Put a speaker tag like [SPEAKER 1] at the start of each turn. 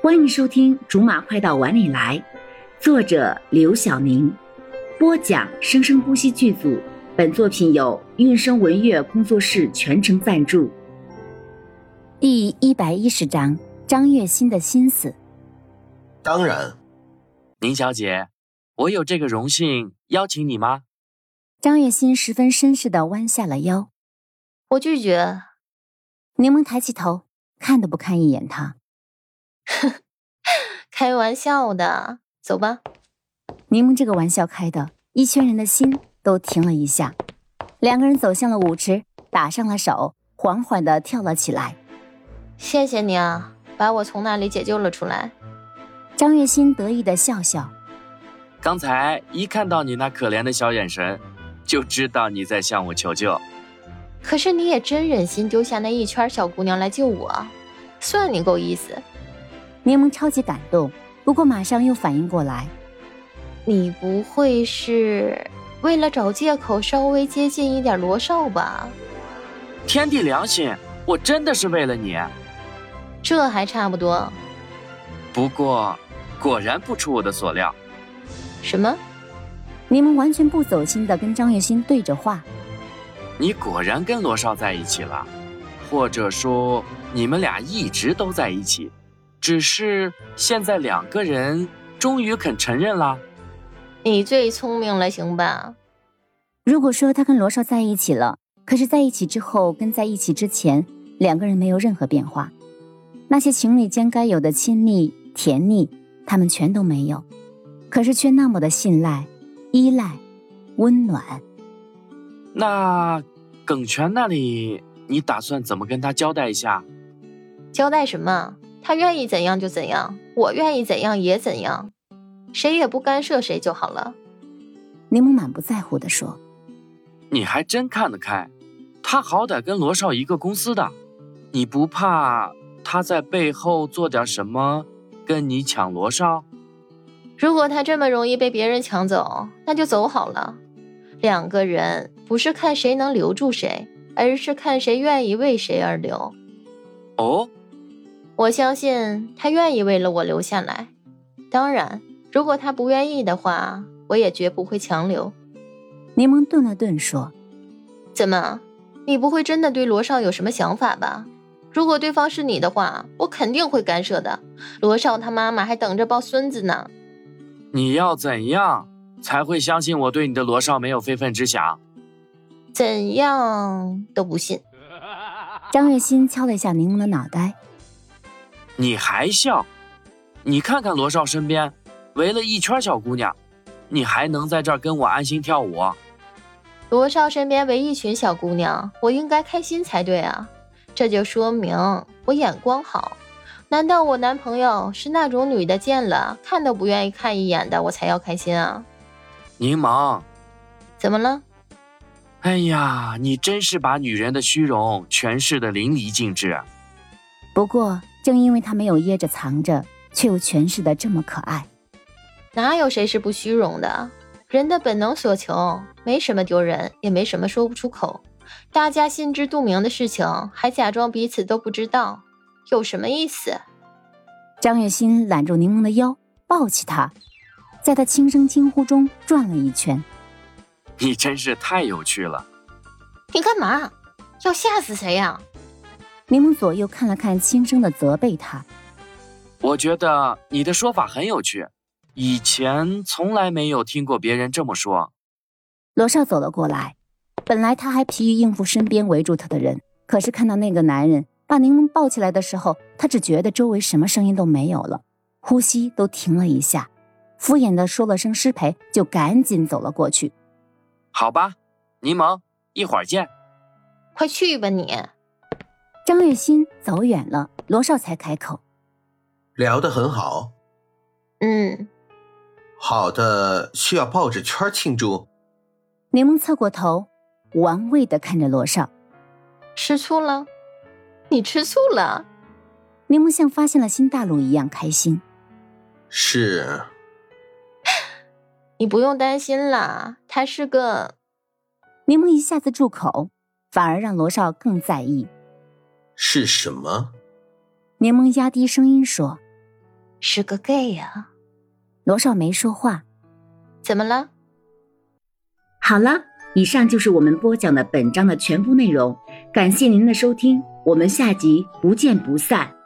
[SPEAKER 1] 欢迎收听《竹马快到碗里来》，作者刘晓宁，播讲生生不息剧组。本作品由韵声文乐工作室全程赞助。
[SPEAKER 2] 第一百一十章：张月心的心思。
[SPEAKER 3] 当然，
[SPEAKER 4] 宁小姐，我有这个荣幸邀请你吗？
[SPEAKER 2] 张月心十分绅士的弯下了腰。
[SPEAKER 5] 我拒绝。
[SPEAKER 2] 柠檬抬起头，看都不看一眼他。
[SPEAKER 5] 开玩笑的，走吧。
[SPEAKER 2] 柠檬这个玩笑开的，一圈人的心都停了一下。两个人走向了舞池，打上了手，缓缓的跳了起来。
[SPEAKER 5] 谢谢你啊，把我从那里解救了出来。
[SPEAKER 2] 张月心得意的笑笑。
[SPEAKER 4] 刚才一看到你那可怜的小眼神，就知道你在向我求救。
[SPEAKER 5] 可是你也真忍心丢下那一圈小姑娘来救我，算你够意思。
[SPEAKER 2] 柠檬超级感动，不过马上又反应过来，
[SPEAKER 5] 你不会是为了找借口稍微接近一点罗少吧？
[SPEAKER 4] 天地良心，我真的是为了你。
[SPEAKER 5] 这还差不多。
[SPEAKER 4] 不过，果然不出我的所料。
[SPEAKER 5] 什么？
[SPEAKER 2] 柠檬完全不走心的跟张月心对着话。
[SPEAKER 4] 你果然跟罗少在一起了，或者说你们俩一直都在一起。只是现在两个人终于肯承认了，
[SPEAKER 5] 你最聪明了，行吧？
[SPEAKER 2] 如果说他跟罗少在一起了，可是在一起之后跟在一起之前，两个人没有任何变化，那些情侣间该有的亲密、甜蜜，他们全都没有，可是却那么的信赖、依赖、温暖。
[SPEAKER 4] 那耿泉那里，你打算怎么跟他交代一下？
[SPEAKER 5] 交代什么？他愿意怎样就怎样，我愿意怎样也怎样，谁也不干涉谁就好了。
[SPEAKER 2] 柠檬满不在乎地说：“
[SPEAKER 4] 你还真看得开，他好歹跟罗少一个公司的，你不怕他在背后做点什么跟你抢罗少？
[SPEAKER 5] 如果他这么容易被别人抢走，那就走好了。两个人不是看谁能留住谁，而是看谁愿意为谁而留。”
[SPEAKER 4] 哦。
[SPEAKER 5] 我相信他愿意为了我留下来，当然，如果他不愿意的话，我也绝不会强留。
[SPEAKER 2] 柠檬顿了顿说：“
[SPEAKER 5] 怎么，你不会真的对罗少有什么想法吧？如果对方是你的话，我肯定会干涉的。罗少他妈妈还等着抱孙子呢。
[SPEAKER 4] 你要怎样才会相信我对你的罗少没有非分之想？
[SPEAKER 5] 怎样都不信。”
[SPEAKER 2] 张月心敲了一下柠檬的脑袋。
[SPEAKER 4] 你还笑？你看看罗少身边围了一圈小姑娘，你还能在这儿跟我安心跳舞？
[SPEAKER 5] 罗少身边围一群小姑娘，我应该开心才对啊！这就说明我眼光好。难道我男朋友是那种女的见了看都不愿意看一眼的，我才要开心啊？
[SPEAKER 4] 柠檬，
[SPEAKER 5] 怎么了？
[SPEAKER 4] 哎呀，你真是把女人的虚荣诠释的淋漓尽致。啊
[SPEAKER 2] 不过。正因为他没有掖着藏着，却又诠释的这么可爱，
[SPEAKER 5] 哪有谁是不虚荣的？人的本能所求，没什么丢人，也没什么说不出口。大家心知肚明的事情，还假装彼此都不知道，有什么意思？
[SPEAKER 2] 张月心揽住柠檬的腰，抱起他，在他轻声惊呼中转了一圈。
[SPEAKER 4] 你真是太有趣了！
[SPEAKER 5] 你干嘛？要吓死谁呀、啊？
[SPEAKER 2] 柠檬左右看了看，轻声的责备他：“
[SPEAKER 4] 我觉得你的说法很有趣，以前从来没有听过别人这么说。”
[SPEAKER 2] 罗少走了过来，本来他还疲于应付身边围住他的人，可是看到那个男人把柠檬抱起来的时候，他只觉得周围什么声音都没有了，呼吸都停了一下，敷衍的说了声失陪，就赶紧走了过去。
[SPEAKER 4] 好吧，柠檬，一会儿见。
[SPEAKER 5] 快去吧你。
[SPEAKER 2] 张月心走远了，罗少才开口：“
[SPEAKER 3] 聊得很好。”“
[SPEAKER 5] 嗯，
[SPEAKER 3] 好的，需要抱着圈庆祝。”
[SPEAKER 2] 柠檬侧过头，玩味的看着罗少：“
[SPEAKER 5] 吃醋了？你吃醋了？””“
[SPEAKER 2] 柠檬像发现了新大陆一样开心：“
[SPEAKER 3] 是。
[SPEAKER 5] 你不用担心啦，他是个……”
[SPEAKER 2] 柠檬一下子住口，反而让罗少更在意。
[SPEAKER 3] 是什么？
[SPEAKER 2] 柠檬压低声音说：“
[SPEAKER 5] 是个 gay 呀、
[SPEAKER 6] 罗少没说话。
[SPEAKER 5] 怎么了？
[SPEAKER 2] 好了，以上就是我们播讲的本章的全部内容，感谢您的收听，我们下集不见不散。